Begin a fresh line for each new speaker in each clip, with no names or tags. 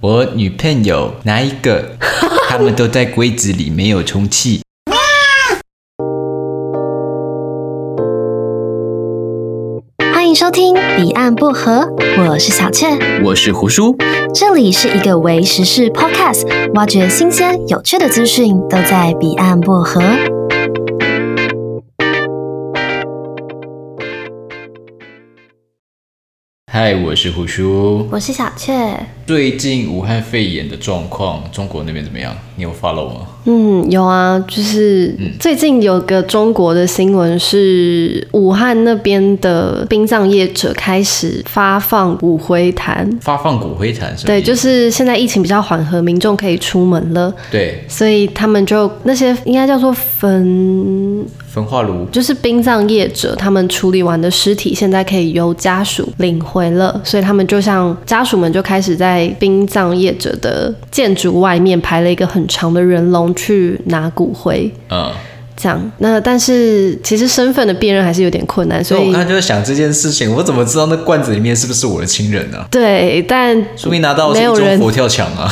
我女朋友哪一 个？他们都在柜子里没有充气。
欢迎收听《彼岸薄荷》，我是小雀，
我是胡叔，
这里是一个为时事 Podcast，挖掘新鲜有趣的资讯，都在《彼岸薄荷》。
嗨，我是胡叔。
我是小雀，
最近武汉肺炎的状况，中国那边怎么样？你有 follow 吗？
嗯，有啊，就是最近有个中国的新闻是武汉那边的殡葬业者开始发放骨灰坛，
发放骨灰坛是吗？
对，就是现在疫情比较缓和，民众可以出门了，
对
所以他们就那些应该叫做坟，
焚化炉。
就是殡葬业者他们处理完的尸体，现在可以由家属领回了，所以他们就像家属们就开始在殡葬业者的建筑外面排了一个很长的人龙去拿骨灰。
嗯，
这样，那但是其实身份的辨认还是有点困难，
所
所
以我
以
刚才就在想这件事情，我怎么知道那罐子里面是不是我的亲人呢、
对，但
说明拿到的是一
没有
座
人
佛跳墙啊！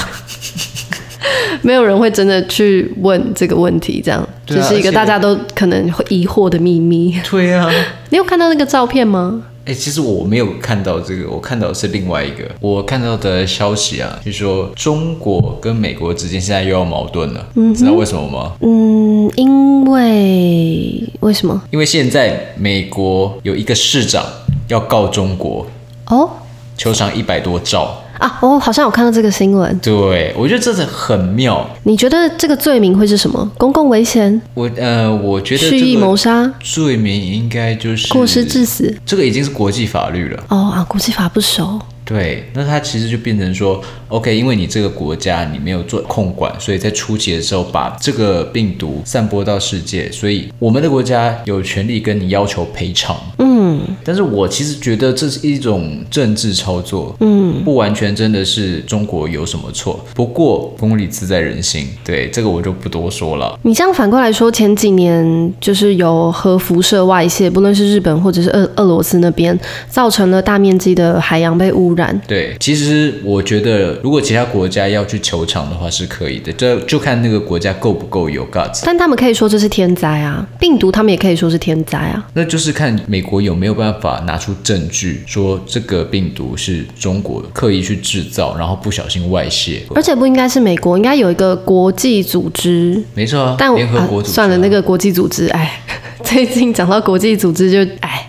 没有人会真的去问这个问题，这样、
对啊
这是一
而且
个大家都可能会疑惑的秘密。
对啊，
你有看到那个照片吗？
哎、其实我没有看到这个，我看到的是另外一个。我看到的消息啊，是说中国跟美国之间现在又要矛盾了，知道为什么吗？
嗯，因为为什么？
因为现在美国有一个市长要告中国，
哦
求偿一百多兆。
啊，我好像有看到这个新闻。
对，我觉得这是很妙。
你觉得这个罪名会是什么？公共危险、
我呃，我觉得
蓄意
这
谋
个
杀、
罪名应该就是
过失致死？
这个已经是国际法律了。
哦啊，国际法不熟。
对，那它其实就变成说，OK，因为你这个国家你没有做控管，所以在初期的时候把这个病毒散播到世界，所以我们的国家有权利跟你要求赔偿。
嗯
但是我其实觉得这是一种政治操作，
嗯，
不完全真的是中国有什么错。不过公理自在人心，对这个我就不多说了。
你这样反过来说，前几年就是有核辐射外泄，不论是日本或者是俄俄罗斯那边，造成了大面积的海洋被污染。
对，其实我觉得如果其他国家要去求偿的话是可以的，这就看那个国家够不够有 guts。
但他们可以说这是天灾啊，病毒他们也可以说是天灾啊。
那就是看美国有没有办法拿出证据，说这个病毒是中国刻意去制造，然后不小心外泄。
而且不应该是美国，应该有一个国际组织。
没错啊，
但我、
联合国组
啊
织啊、
算了，那个国际组织，哎， 最近讲到国际组织就哎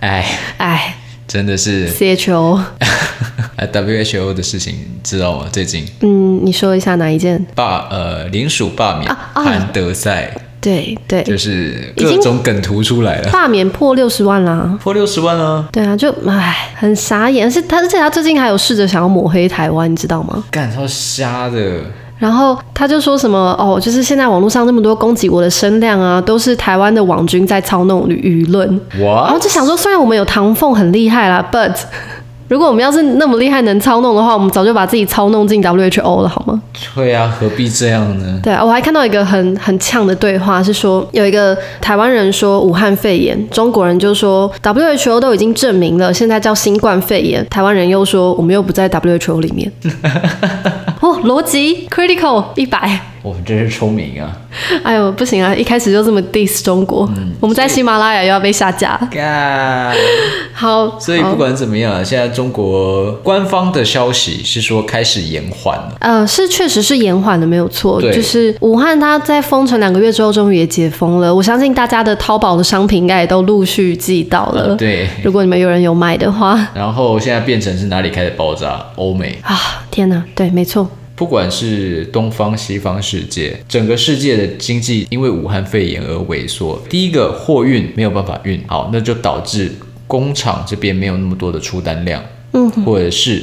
哎，
哎
真的是
，CHO，
啊 WHO 的事情，知道吗？最近
嗯，你说一下哪一件？
罢呃联署罢免
啊啊
韩德赛，
对对，
就是
已
各
经
种梗图出来了，
罢免破六十万啦、
破六十万啊！
对啊，就唉，很傻眼。是他，而且他最近还有试着想要抹黑台湾，你知道吗？
干超瞎的，
然后他就说什么哦，就是现在网络上那么多攻击我的声量啊，都是台湾的网军在操弄舆舆论。然
哇
后！就想说，虽然我们有唐凤很厉害啦，but 如果我们要是那么厉害能操弄的话，我们早就把自己操弄进 WHO 了，好吗？
对啊，何必这样呢？
对啊，我还看到一个很很呛的对话，是说有一个台湾人说武汉肺炎，中国人就说 WHO 都已经证明了，现在叫新冠肺炎，台湾人又说我们又不在 WHO 里 面。哦，逻辑 critical 一百，
我哦们真是聪明啊！
哎呦不行啊，一开始就这么 diss 中国，
嗯
我们在喜马拉雅又要被下架。
干。
好，
所以
好
不管怎么样啊，现在中国官方的消息是说开始延缓了。
呃，是确实是延缓的，没有错。
对
就是武汉它在封城两个月之后，终于也解封了。我相信大家的淘宝的商品应该也都陆续寄到了。
呃对
如果你们有人有买的话，
然后现在变成是哪里开始爆炸？欧美，
啊，天哪，对，没错，
不管是东方西方世界，整个世界的经济因为武汉肺炎而萎缩。第一个，货运没有办法运好，那就导致工厂这边没有那么多的出单量，
嗯，
或者是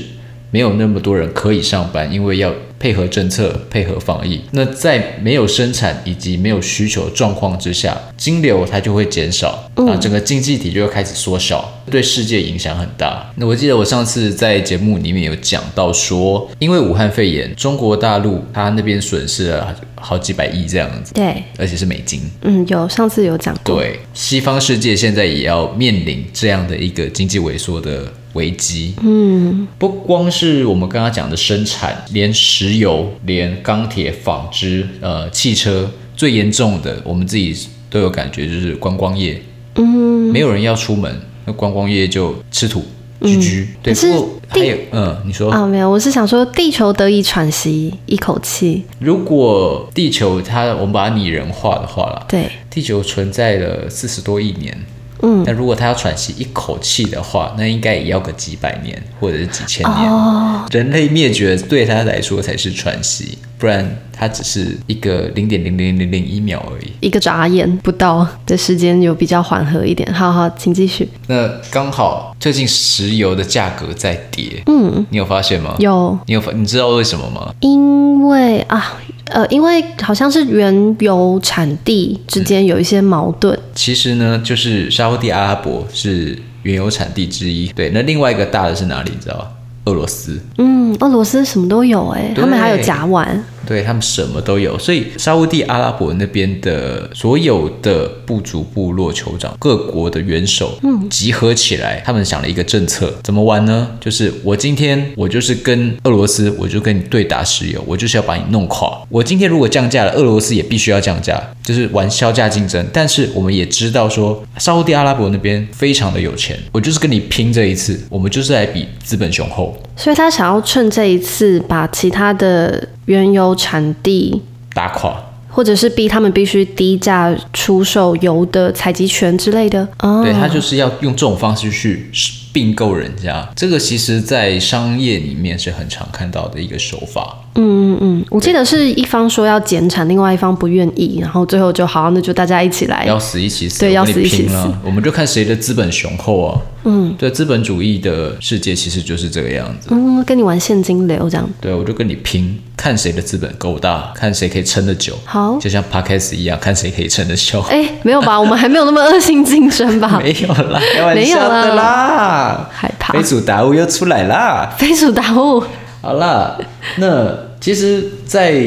没有那么多人可以上班，因为要配合政策、配合防疫。那在没有生产以及没有需求的状况之下，金流它就会减少，啊，整个经济体就会开始缩小，对世界影响很大。那我记得我上次在节目里面有讲到说，因为武汉肺炎，中国大陆它那边损失了好几百亿这样子，
对，
而且是美金。
嗯，有上次有讲过，
对，西方世界现在也要面临这样的一个经济萎缩的危机。嗯，不光是我们刚刚讲的生产，连石油、连钢铁、纺织、呃汽车，最严重的我们自己都有感觉，就是观光业。嗯，没有人要出门，那观光业就吃土。居居、对，
嗯可是
不过还有，嗯，你说，
啊，没有，我是想说，地球得以喘息一口气，
如果地球它我们把它拟人化的话啦，
对，
地球存在了四十多亿年，
嗯，
但如果它要喘息一口气的话，那应该也要个几百年或者是几千年。
哦
人类灭绝对它来说才是喘息，不然它只是一个零点零零零零一秒而已。
一个眨眼不到的时间有比较缓和一点。好好，请继续。
那刚好最近石油的价格在跌，嗯，你有发现吗？，
有，
你有发你知道为什么吗？
因为啊，呃，因为好像是原油产地之间有一些矛盾，
其实呢，就是沙烏地阿拉伯是原油产地之一，对。那另外一个大的是哪里？你知道吗？俄罗斯，
嗯，俄罗斯什么都有哎、
对
他们还有甲烷，
对他们什么都有，所以沙烏地阿拉伯那边的所有的部族、部落、酋长、各国的元首，嗯，集合起来，他们想了一个政策，怎么玩呢？就是我今天我就是跟俄罗斯，我就跟你对打石油，我就是要把你弄垮。我今天如果降价了，俄罗斯也必须要降价，就是玩销价竞争。但是我们也知道说，沙烏地阿拉伯那边非常的有钱，我就是跟你拼这一次，我们就是来比资本雄厚，
所以他想要趁这一次把其他的原油产地，
打垮。
或者是逼他们必须低价出售油的采集权之类的。哦，
对他就是要用这种方式去并购人家，这个其实，在商业里面是很常看到的一个手法。
嗯我记得是一方说要减产，另外一方不愿意，然后最后就好，那就大家一起来。
要死一起死，
哎对
我
要
跟
死
你
一起
拼了，我们就看谁的资本雄厚啊。嗯，对，资本主义的世界其实就是这个样子。
嗯，跟你玩现金流这样。
对，我就跟你拼，看谁的资本够大，看谁可以撑得久。
好
就像 podcast 一样，看谁可以撑得久。
哎、没有吧？我们还没有那么恶性竞争吧？
没有啦，开玩
没有
笑
啦
的啦。
害怕
非主达物又出来啦。
飞鼠打物，
好啦，那其实在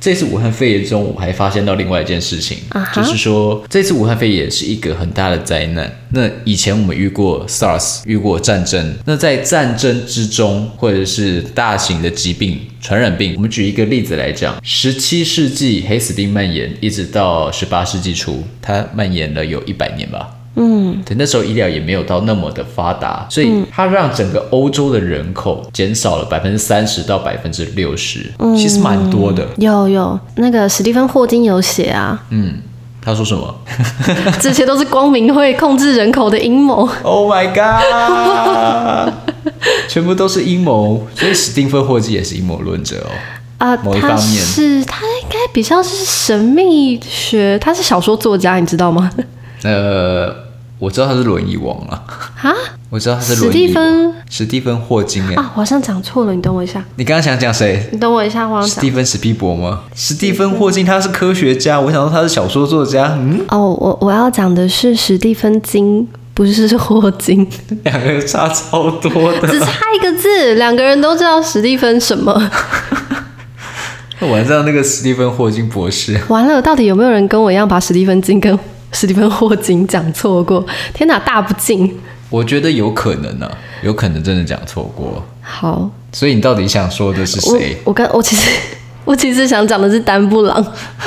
这次武汉肺炎中，我还发现到另外一件事情
啊哈
就是说这次武汉肺炎是一个很大的灾难。那以前我们遇过 SARS，遇过战争。那在战争之中，或者是大型的疾病、传染病，我们举一个例子来讲：十七世纪黑死病蔓延，一直到十八世纪初，它蔓延了有一百年吧。对，那时候医疗也没有到那么的发达，所以
嗯
它让整个欧洲的人口减少了百分之三十到百分之六十，其实蛮多的。
有有，那个史蒂芬霍金有写啊，
嗯他说什么
这些都是光明会控制人口的阴谋。
？Oh my god！全 部都是阴谋，所以史蒂芬霍金也是阴谋论者哦。
啊，
某一
他
方面
是他应该比较是神秘学，他是小说作家，你知道吗？
呃，我知道他是轮椅王了，
啊
我知道他是轮
史蒂
椅王
芬，
史蒂芬霍金哎，
啊，我好像讲错了，你等我一下，
你刚刚想讲谁？
你等我一下，我想
史
讲。
蒂芬史皮伯吗？史蒂芬霍金他是科学家，我想说他是小说作家，嗯。
哦，我我要讲的是史蒂芬金，不是是霍 金，
两个差超多
只
的。
差一个字，两个人都知道史蒂芬什 么。
晚上那个史蒂芬霍金博士，
完了，到底有没有人跟我一样把史蒂芬金跟史蒂芬霍金讲错过？天哪，大不敬！
我觉得有可能啊，有可能真的讲错过。
好，
所以你到底想说的是
我
谁？
我跟我其实 我其实想讲的是丹布朗，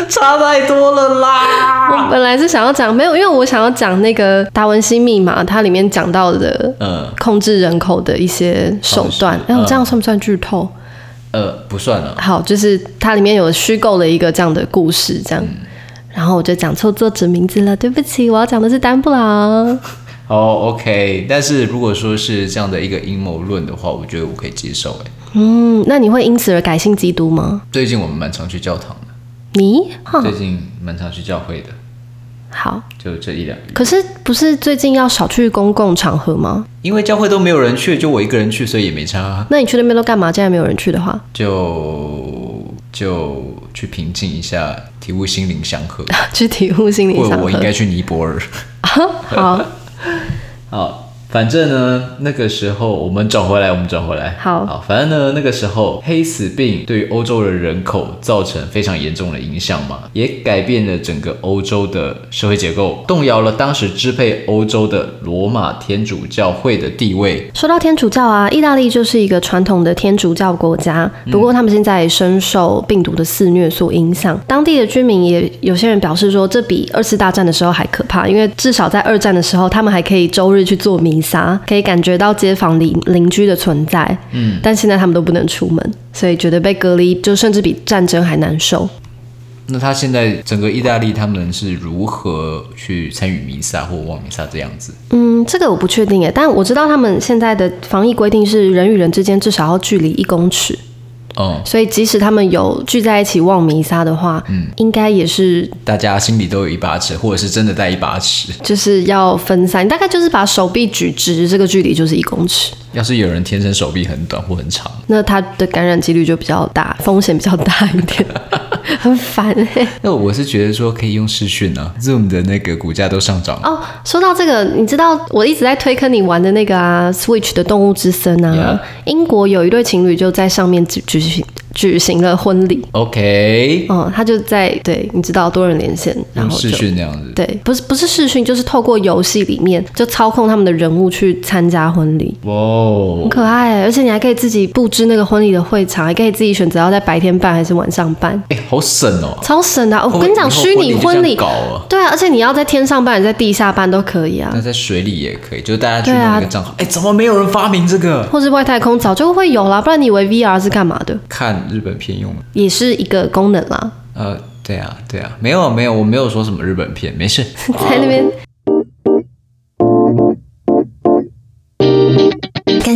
差太多了啦！
我本来是想要讲没有，因为我想要讲那个《达文西密码》，它里面讲到的
嗯
控制人口的一些手段。哎、
嗯
我这样算不算剧透？
呃，不算了。
好，就是它里面有虚构了一个这样的故事，这样。然后我就讲错作者名字了，对不起，我要讲的是丹布朗。
哦、o k 但是如果说是这样的一个阴谋论的话，我觉得我可以接受。哎，
嗯，那你会因此而改信基督吗？
最近我们蛮常去教堂的，
你哈
最近蛮常去教会的，
好，
就这一两个月。
可是不是最近要少去公共场合吗？
因为教会都没有人去，就我一个人去，所以也没差啊。
那你去那边都干嘛？既然没有人去的话，
就就去平静一下，体悟 心灵祥和。
去体悟心理
或
上
者我应
合。
该去尼泊尔。
好，
好，反正呢，那个时候我们转回来，我们转回来。
好
好，反正呢，那个时候黑死病对于欧洲的人口造成非常严重的影响嘛，也改变了整个欧洲的社会结构，动摇了当时支配欧洲的罗马天主教会的地位。
说到天主教啊，意大利就是一个传统的天主教国家，不过他们现在也深受病毒的肆虐所影响。当地的居民也有些人表示说，这比二次大战的时候还可怕，因为至少在二战的时候，他们还可以周日去做弥撒，可以感觉到街坊邻邻居的存在。嗯，但现在他们都不能出门，所以觉得被隔离就甚至比战争还难受。
那他现在整个意大利他们是如何去参与弥撒或望弥撒这样子？
嗯，这个我不确定诶，但我知道他们现在的防疫规定是人与人之间至少要距离一公尺。
嗯，
所以即使他们有聚在一起望弥撒的话，应该也是
大家心里都有一把尺，或者是真的带一把尺。
就是要分散，大概就是把手臂举直，这个距离就是一公尺，
要是有人天生手臂很短或很长，
那它的感染几率就比较大，风险比较大一点，很烦欸
那哎我是觉得说可以用视讯啊，Zoom 的那个股价都上涨。
哦，说到这个，你知道我一直在推坑你玩的那个啊，Switch 的《动物之森》啊
Yeah
英国有一对情侣就在上面举举行举行了婚礼，
OK，
嗯，他就在对，你知道多人连线，然
用
后
视
就。
讯那样子。
对，不是不是视讯，就是透过游戏里面就操控他们的人物去参加婚礼，
哇
很
哦，
可爱欸。而且你还可以自己布置那个婚礼的会场，还可以自己选择要在白天办还是晚上办，
哎，好省哦！
超神的啊、我跟你讲，
以后
虚拟婚
就这样
礼
搞，啊，
对啊，而且你要在天上办，你在地下办都可以啊
那。在水里也可以，就是大家去
对啊
弄一个账号。哎，怎么没有人发明这个？
或是外太空早就会有啦，不然你以为 VR 是干嘛的？
看日本片用的。
也是一个功能啦，
呃，对啊，对啊，没有没有，我没有说什么日本片，没事。
在那边
感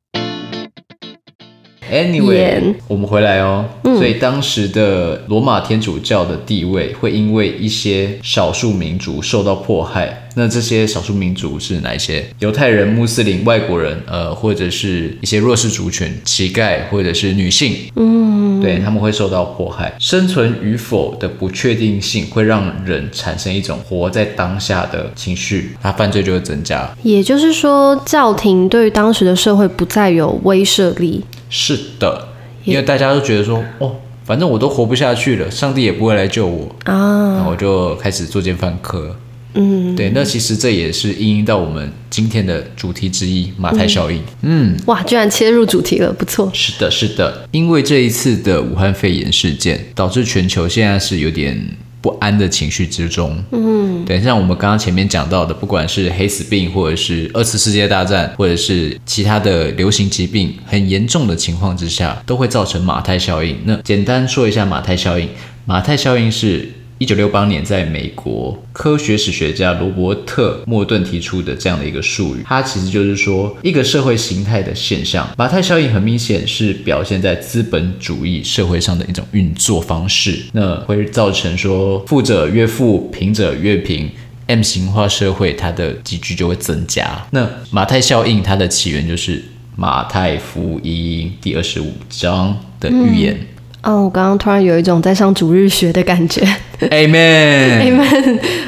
Anyway，
演
我们回来哦。所以当时的罗马天主教的地位会因为一些少数民族受到迫害。那这些少数民族是哪一些？犹太人、穆斯林、外国人，呃，或者是一些弱势族群、乞丐或者是女性，嗯，对，他们会受到迫害。生存与否的不确定性会让人产生一种活在当下的情绪，他犯罪就会增加。
也就是说，教廷对于当时的社会不再有威慑力，
是的，因为大家都觉得说，哦，反正我都活不下去了，上帝也不会来救我啊，然后我就开始作奸犯科。嗯，对，那其实这也是应应到我们今天的主题之一——马太效应。嗯
哇，居然切入主题了，不错。
是的，是的，因为这一次的武汉肺炎事件，导致全球现在是有点不安的情绪之中。嗯，对，像我们刚刚前面讲到的，不管是黑死病，或者是二次世界大战，或者是其他的流行疾病，很严重的情况之下，都会造成马太效应。那简单说一下马太效应，马太效应是。一九六八年，在美国科学史学家罗伯特·莫顿提出的这样的一个术语，它其实就是说一个社会形态的现象。马太效应很明显是表现在资本主义社会上的一种运作方式，那会造成说富者越富，贫者越贫。M 型化社会它的集聚就会增加。那马太效应它的起源就是马太福音第二十五章的预言。
哦，我刚刚突然有一种在上主日学的感 觉。
Amen。
你们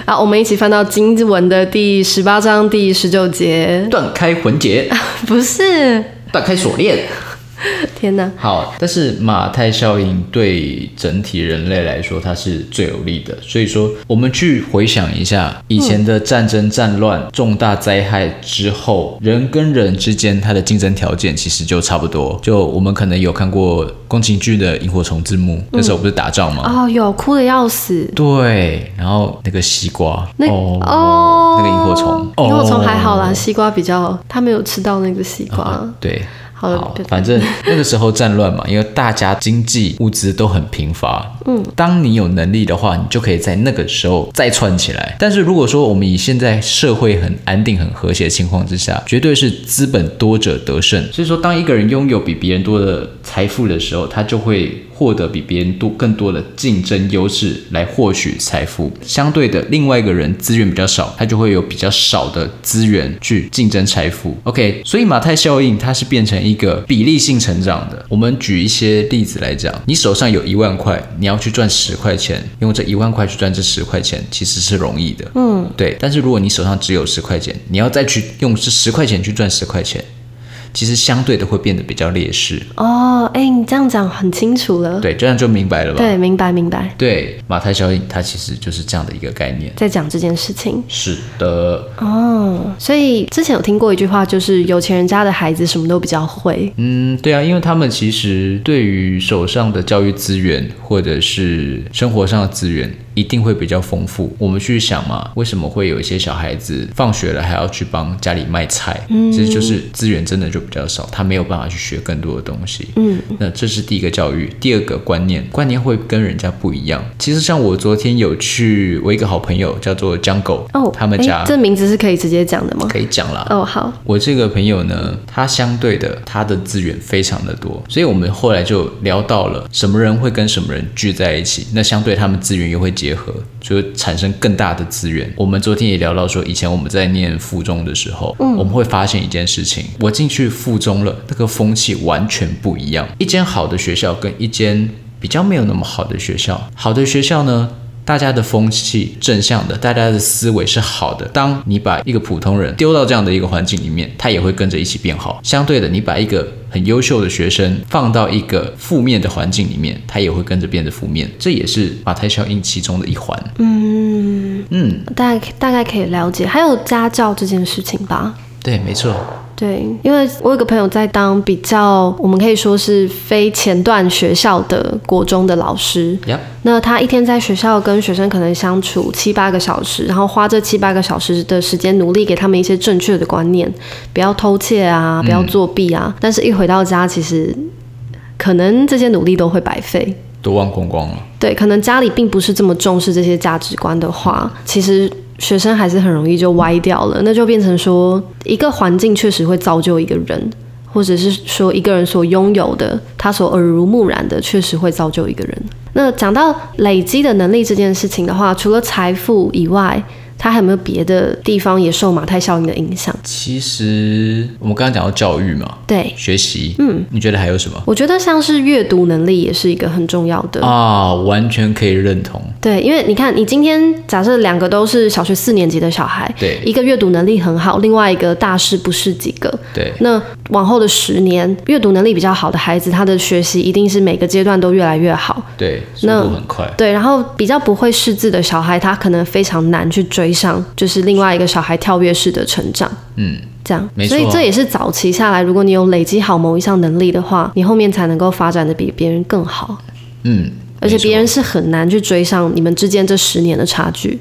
啊，我们一起翻到经文的第十八章第十九节，
断开魂结，
不是？
断开锁链。
天哪！
好，但是马太效应对整体人类来说，它是最有利的。所以说，我们去回想一下以前的战争、战
嗯
乱、重大灾害之后，人跟人之间它的竞争条件其实就差不多。就我们可能有看过宫崎骏的《萤火虫之墓》，那时候不是打仗吗？
嗯哦，有哭的要死。
对，然后那个西瓜，
那
哦，
哦
那个萤火虫，
萤火虫
哦
还好啦，西瓜比较，他没有吃到那个西瓜。
对，
好了，
好
对，
反正那个时候战乱嘛，因 为大家经济物资都很贫乏。嗯，当你有能力的话，你就可以在那个时候再串起来。但是如果说我们以现在社会很安定、很和谐的情况之下，绝对是资本多者得胜。所以说，当一个人拥有比别人多的财富的时候，他就会获得比别人多更多的竞争优势来获取财富。相对的，另外一个人资源比较少，他就会有比较少的资源去竞争财富。OK，所以马太效应它是变成一个比例性成长的。我们举一些例子来讲，你手上有一万块，你要去赚十块钱，用这一万块去赚这十块钱，其实是容易的。嗯，对。但是如果你手上只有十块钱，你要再去用这十块钱去赚十块钱。其实相对的会变得比较劣势，
哦，哎、你这样讲很清楚了。
对，这样就明白了吧？
对，明白明白，
对，马太效应它其实就是这样的一个概念。
在讲这件事情。
是的，
哦，所以之前有听过一句话，就是有钱人家的孩子什么都比较会。
嗯，对啊，因为他们其实对于手上的教育资源或者是生活上的资源，一定会比较丰富。我们去想嘛，为什么会有一些小孩子放学了还要去帮家里卖菜？嗯，其实就是资源真的就比较少，他没有办法去学更多的东西。嗯，那这是第一个教育，第二个观念，观念会跟人家不一样。其实像我昨天有去，我一个好朋友叫做江狗，
哦，
他们
诶
家
这名字是可以直接讲的吗？
可以讲啦。
哦，好，
我这个朋友呢，他相对的他的资源非常的多，所以我们后来就聊到了什么人会跟什么人聚在一起，那相对他们资源又会结合，就会产生更大的资源。我们昨天也聊到说，以前我们在念附中的时候，我们会发现一件事情，我进去附中了，那个风气完全不一样。一间好的学校跟一间比较没有那么好的学校，好的学校呢，大家的风气正向的，大家的思维是好的。当你把一个普通人丢到这样的一个环境里面，他也会跟着一起变好。相对的，你把一个很优秀的学生放到一个负面的环境里面，他也会跟着变得负面。这也是马太效应其中的一环。嗯
大概大概可以了解。还有家教这件事情吧。
对，没错。
对，因为我有个朋友在当比较，我们可以说是非前段学校的国中的老师。
呀、
那他一天在学校跟学生可能相处七八个小时，然后花这七八个小时的时间努力给他们一些正确的观念，不要偷窃啊，
嗯
不要作弊啊。但是，一回到家，其实可能这些努力都会白费。
都忘光光了。
对，可能家里并不是这么重视这些价值观的话，其实学生还是很容易就歪掉了。那就变成说，一个环境确实会造就一个人，或者是说一个人所拥有的，他所耳濡目染的，确实会造就一个人。那讲到累积的能力这件事情的话，除了财富以外，他还有没有别的地方也受马太效应的影响？
其实我们刚刚讲到教育嘛，
对，
学习，嗯，你觉得还有什么？
我觉得像是阅读能力也是一个很重要的。
啊，完全可以认同。
对，因为你看，你今天假设两个都是小学四年级的小孩，
对
一个阅读能力很好，另外一个大事不是几个。
对，
那往后的十年，阅读能力比较好的孩子，他的学习一定是每个阶段都越来越好。
对，速
那
度很快。
对，然后比较不会识字的小孩，他可能非常难去追上，就是另外一个小孩跳跃式的成长。
嗯，
这样
没，错
所以这也是早期下来，如果你有累积好某一项能力的话，你后面才能够发展的比别人更好，
嗯，
而且
没错
别人是很难去追上你们之间这十年的差距。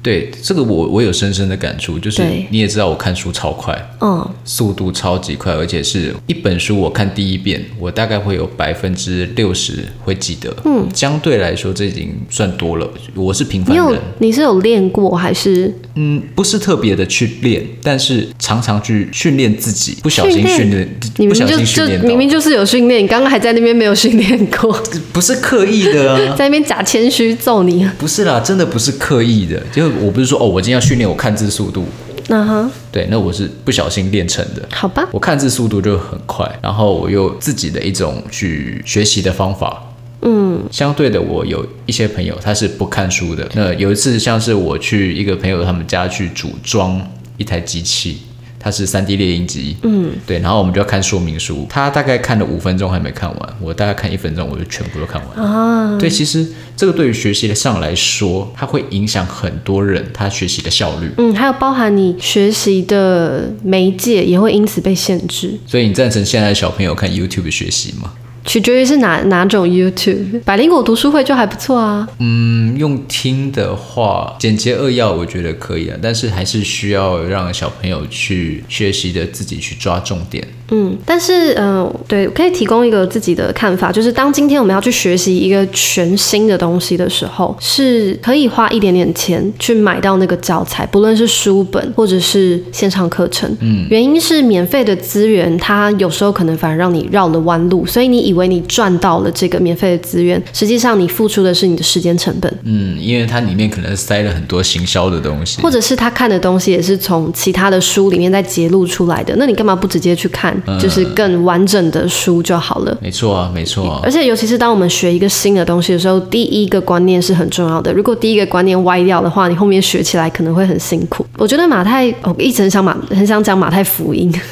对这个我我有深深的感触，就是
对
你也知道我看书超快，
嗯，
速度超级快，而且是一本书我看第一遍，我大概会有百分之六十会记得，嗯，相对来说这已经算多了，我是平
你
凡
有
人，
你是有练过还是
嗯，不是特别的去练，但是常常去训练自己，不小心训
训
练，
你
不
明
小
明就
心训
就
练到，啊
明明就是有训练，你刚刚还在那边没有训练 过，
不是刻意的啊。
在那边假谦虚揍你。
不是啦，真的不是刻意的，就是我不是说哦，我今天要训练我看字速度，
那哈，
对，那我是不小心练成的。
好吧，
我看字速度就很快，然后我有自己的一种去学习的方法。嗯，相对的，我有一些朋友他是不看书的。那有一次，像是我去一个朋友他们家去组装一台机器，它是3 D 猎鹰机。嗯，对，然后我们就要看说明书，他大概看了五分钟还没看完，我大概看一分钟我就全部都看完。啊，对，其实这个对于学习上来说，它会影响很多人他学习的效率。
嗯，还有包含你学习的媒介也会因此被限制，
所以你赞成现在的小朋友看 YouTube 学习吗？
取决于是哪哪种 YouTube。百灵果读书会就还不错啊，
嗯，用听的话，简洁扼要，我觉得可以啊，但是还是需要让小朋友去学习的，自己去抓重点。
嗯，但是嗯、呃对，我可以提供一个自己的看法，就是当今天我们要去学习一个全新的东西的时候，是可以花一点点钱去买到那个教材，不论是书本或者是线上课程。嗯，原因是免费的资源，它有时候可能反而让你绕了弯路，所以你以为你赚到了这个免费的资源，实际上你付出的是你的时间成本。
嗯，因为它里面可能塞了很多行销的东西，
或者是他看的东西也是从其他的书里面再揭露出来的，那你干嘛不直接去看，就是更完整的书就好了？
没错啊，没错啊
而，且，尤其是当我们学一个新的东西的时候，第一个观念是很重要的。如果第一个观念歪掉的话，你后面学起来可能会很辛苦。我觉得马太，哦我一直很想马，很想讲马太福音。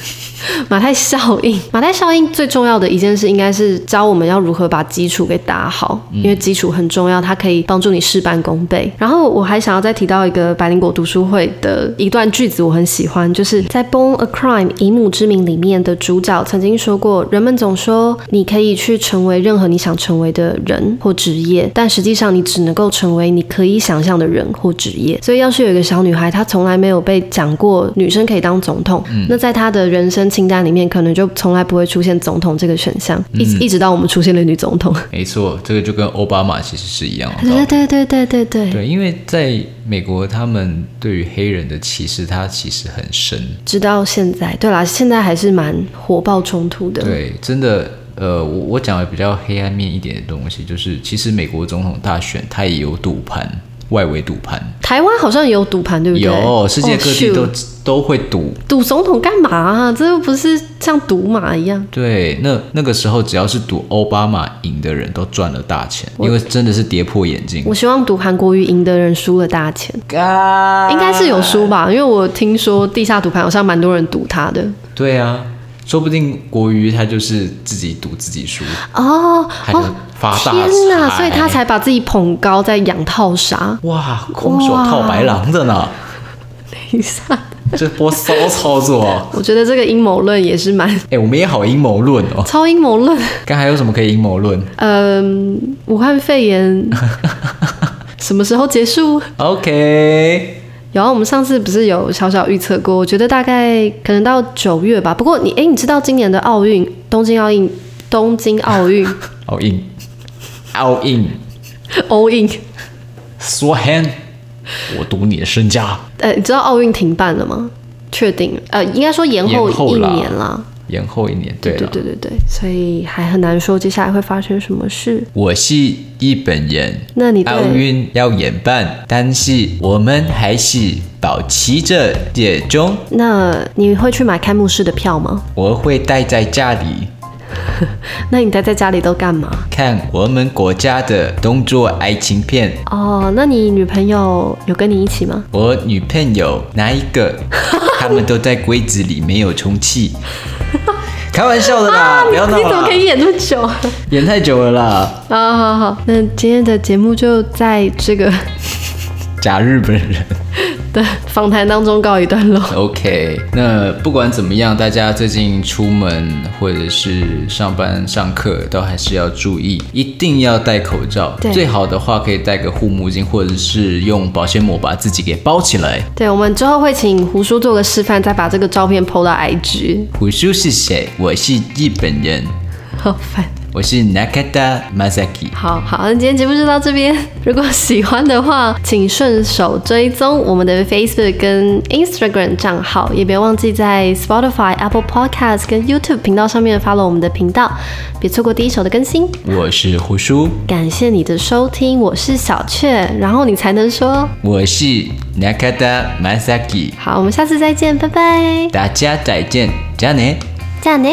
马太效应，马太效应最重要的一件事，应该是教我们要如何把基础给打好，因为基础很重要，它可以帮助你事半功倍。然后我还想要再提到一个百灵果读书会的一段句子，我很喜欢，就是在《Born a Crime》以母之名里面的主角曾经说过，人们总说你可以去成为任何你想成为的人或职业，但实际上你只能够成为你可以想象的人或职业。所以，要是有一个小女孩，她从来没有被讲过女生可以当总统，
嗯
那在她的人生清单里面，可能就从来不会出现总统这个选项，
嗯
一直一直到我们出现了女总统。
没错，这个就跟奥巴马其实是一样啊的道理。
对对对对对对，
哦对，因为在美国，他们对于黑人的歧视，它其实很深。
直到现在，对啦，现在还是蛮火爆冲突的。
对，真的，呃，我我讲的比较黑暗面一点的东西，就是其实美国总统大选，它也有赌盘，外围赌盘
台湾好像有赌盘，对不对？
有，世界各地都、
哦，shoot
都会赌。
赌总统干嘛、啊？这又不是像赌马一样。
对，那那个时候只要是赌奥巴马赢的人都赚了大钱，因为真的是跌破眼镜
我。希望赌韩国瑜赢的人输了大钱，
嘎
应该是有输吧？因为我听说地下赌盘好像蛮多人赌他的。
对啊，说不定国瑜他就是自己赌自己输，
哦
他就
哦，
发大财。
天所以他才把自己捧高，在养套 杀。
哇，空手套白狼的呢，
等一下，
这波骚操 作，啊
我觉得这个阴谋论也是蛮
哎、我们也好阴谋论哦。
超阴谋论。
刚还有什么可以阴谋论
嗯，武汉肺 炎什么时候结束？
？OK，
然后我们上次不是有小小预测过，我觉得大概可能到九月吧。不过你哎，你知道今年的奥运，东京奥运，东京 奥运
奥运，奥运
欧运，
，So hand，我赌你的身家，
呃，你知道奥运停办了吗？确定，呃，应该说延后
延后
一
啦
年啦。
延后一年。对了，啊
对对对对，所以还很难说接下来会发生什么事。
我是日本人，
那你对
奥运要演办，但是我们还是保持着热衷，
那你会去买开幕式的票吗？
我会待在家里
那你待在家里都干嘛？
看我们国家的动作爱情片。
哦，那你女朋友有跟你一起吗？
我女朋友哪一个？ 他们都在柜子里没有充气。开玩笑的啦，不要闹
啊你怎么
了
可，以演那么久 啊？
演太久了啦。
好好好，那今天的节目就在这个
假日本人
的访谈当中告一段落。
，OK。那不管怎么样，大家最近出门或者是上班上课，都还是要注意，一定要戴口罩
对。
最好的话可以戴个护目镜，或者是用保鲜膜把自己给包起来。
对，我们之后会请胡叔做个示范，再把这个照片 PO 到 IG。
朴叔是谁？我是日本人，
好烦。
我是 Nakata Masaki。
好好，那今天节目就到这边。 如果喜欢的话，请顺手追踪我们的 Facebook 跟 Instagram 账号，也别忘记在 Spotify、Apple Podcast 跟 YouTube 频道上面 follow 我们的频道，别错过第一手的更新。
我是胡叔。
感谢你的收听，我是小雀，然后你才能说
我是 Nakata Masaki，
好，我们下次再见，拜拜，
大家再见，加呢。
这样呢。